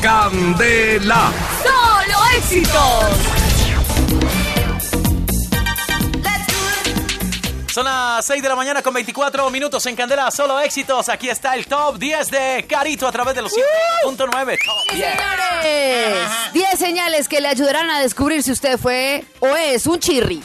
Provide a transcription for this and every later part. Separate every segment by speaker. Speaker 1: Candela.
Speaker 2: ¡Solo éxitos!
Speaker 3: Son las 6 de la mañana con 24 minutos en Candela, solo éxitos. Aquí está el top 10 de Carito a través de los 100.9. Top
Speaker 2: ¡Sí,
Speaker 3: 10.
Speaker 2: señores! 10 señales que le ayudarán a descubrir si usted fue o es un chirri.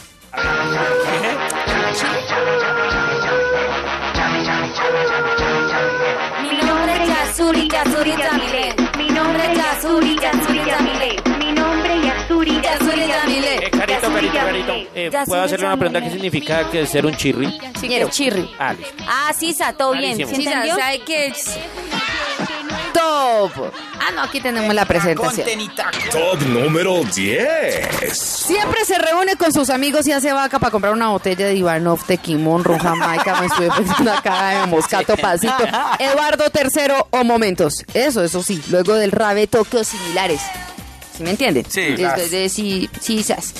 Speaker 4: Mi nombre es Yasuri, Yasuri Yamile. Mi nombre es Yasuri, Yasuri Yamile. Mi nombre es Yasuri, Yasuri Yamile.
Speaker 5: Eh, carito, carito, carito. Eh,
Speaker 4: Ya
Speaker 5: ¿Puedo
Speaker 4: sí,
Speaker 5: hacerle
Speaker 4: ya
Speaker 5: una
Speaker 4: sí,
Speaker 5: pregunta?
Speaker 4: ya.
Speaker 5: ¿Qué significa que ser un chirri?
Speaker 2: Ñero. Chirri.
Speaker 5: Ah, listo.
Speaker 4: Ah, sí, sa, todo bien. ¿Sí
Speaker 5: Clarísimo.
Speaker 6: Sí,
Speaker 4: entendió?
Speaker 6: ¿sabe qué?
Speaker 2: Top. Ah, no, aquí tenemos la presentación.
Speaker 1: Top número 10.
Speaker 2: Siempre se reúne con sus amigos y hace vaca para comprar una botella de Ivanov, Tequimón, Ron Jamaica, me estuve pensando acá de Moscato Pasito, Eduardo III o Momentos. Eso, eso sí, luego del rave toque o similares. ¿Sí me entienden?
Speaker 3: Sí,
Speaker 2: Después de sí, sí, sas.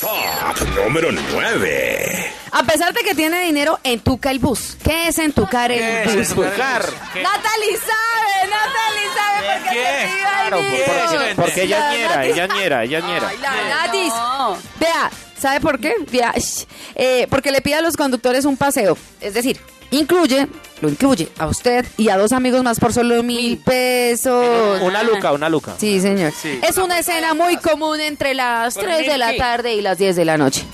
Speaker 1: Top número 9.
Speaker 2: A pesar de que tiene dinero, entuca el bus. ¿Qué es entucar el
Speaker 3: ¿Qué
Speaker 2: bus?
Speaker 3: es entucar? ¿Qué?
Speaker 2: Natalie sabe, Natalie sabe porque
Speaker 3: ¿Qué?
Speaker 2: te sigue ahí
Speaker 5: Claro, por-
Speaker 2: mismo.
Speaker 5: porque, porque ella
Speaker 2: La
Speaker 5: es ñera,
Speaker 2: Nati
Speaker 5: ella es ñera, ella es ñera.
Speaker 2: Ay, la Natis. Vea, ¿sabe por qué? Vea, sh- eh, porque le pide a los conductores un paseo. Es decir, incluye, lo incluye a usted y a dos amigos más por solo mil pesos.
Speaker 5: Una luca, una luca.
Speaker 2: Sí, señor.
Speaker 3: Sí.
Speaker 2: Es una escena muy común entre las 3 de la tarde y las 10 de la noche.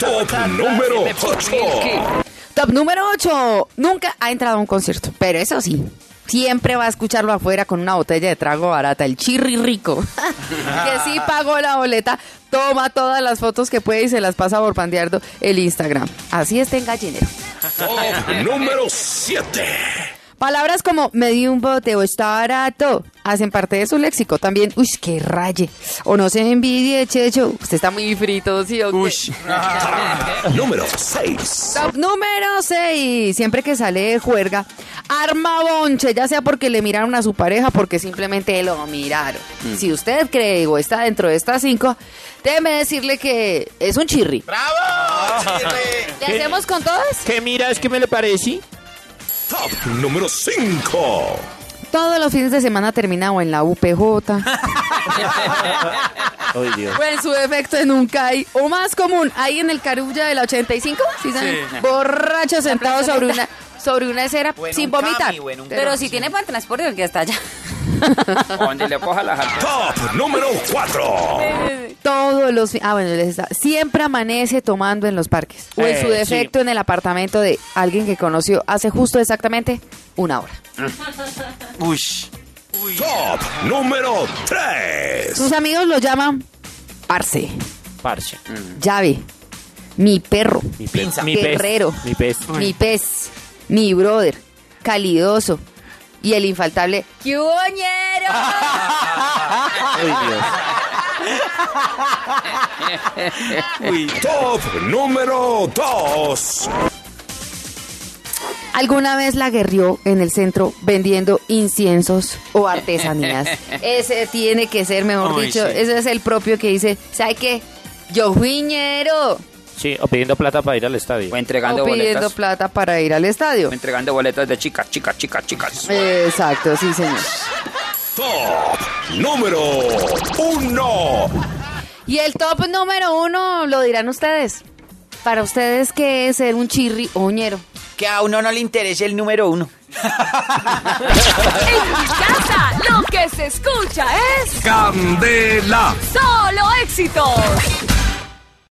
Speaker 1: Top número 8.
Speaker 2: Top número 8. Nunca ha entrado a un concierto, pero eso sí. Siempre va a escucharlo afuera con una botella de trago barata, el chirri rico. que sí pagó la boleta, toma todas las fotos que puede y se las pasa borpandeando el Instagram. Así está en gallinero.
Speaker 1: Top número 7.
Speaker 2: Palabras como me di un bote o está barato hacen parte de su léxico. También, uy, qué raye. O no se envidie, checho. Usted está muy frito, sí o qué?
Speaker 1: Número 6.
Speaker 2: Top número 6. Siempre que sale de juerga, arma bonche, ya sea porque le miraron a su pareja, porque simplemente lo miraron. Si usted cree o está dentro de estas cinco, déjeme decirle que es un chirri. ¡Bravo! ¿Le hacemos con todas?
Speaker 5: ¿Qué miras? ¿Qué me le parece?
Speaker 1: Top número 5.
Speaker 2: Todos los fines de semana termina o en la UPJ, o
Speaker 5: Ay, Dios.
Speaker 2: en Pues, su defecto en un CAI, o más común, ahí en el Carulla de la 85, ¿sí saben?
Speaker 3: Sí.
Speaker 2: Borracho sentado sobre una, sobre una esera
Speaker 7: O en
Speaker 2: sin
Speaker 7: un
Speaker 2: vomitar.
Speaker 7: cami, o en un
Speaker 6: Pero si tiene para transporte, porque hasta allá.
Speaker 7: Donde le coja la jata.
Speaker 1: Top número 4.
Speaker 2: Todos los... fi- Ah, bueno, les está- siempre amanece tomando en los parques. O en
Speaker 5: Eh,
Speaker 2: su defecto en el apartamento de alguien que conoció hace justo exactamente una hora.
Speaker 3: Ush.
Speaker 1: Top número 3.
Speaker 2: Sus amigos lo llaman parce, Mm.
Speaker 5: Parce.
Speaker 2: llave, mi perro,
Speaker 5: Mi pez. Mi pez.
Speaker 2: guerrero,
Speaker 5: Mi pez.
Speaker 2: mi pez, mi brother, calidoso y el infaltable...
Speaker 6: ¡Qué boñero!
Speaker 5: Ay, Dios.
Speaker 1: Top número 2.
Speaker 2: Alguna vez la guerrió en el centro vendiendo inciensos o artesanías. Ese tiene que ser, mejor
Speaker 3: Uy,
Speaker 2: dicho,
Speaker 3: sí.
Speaker 2: ese es el propio que dice, ¿sabe qué? Yo juiñero.
Speaker 5: Sí, o pidiendo plata para ir al estadio.
Speaker 7: O entregando
Speaker 2: O pidiendo
Speaker 7: boletas.
Speaker 2: plata para ir al estadio.
Speaker 7: O entregando boletas de chicas, chicas, chicas, chicas.
Speaker 2: Exacto, sí, señor.
Speaker 1: Top número 1.
Speaker 2: Y el top número uno lo dirán ustedes. Para ustedes, ¿qué es ser un chirri o uñero?
Speaker 7: Que a uno no le interese el número uno.
Speaker 2: En mi casa, lo que se escucha es
Speaker 1: Candela.
Speaker 2: solo éxitos.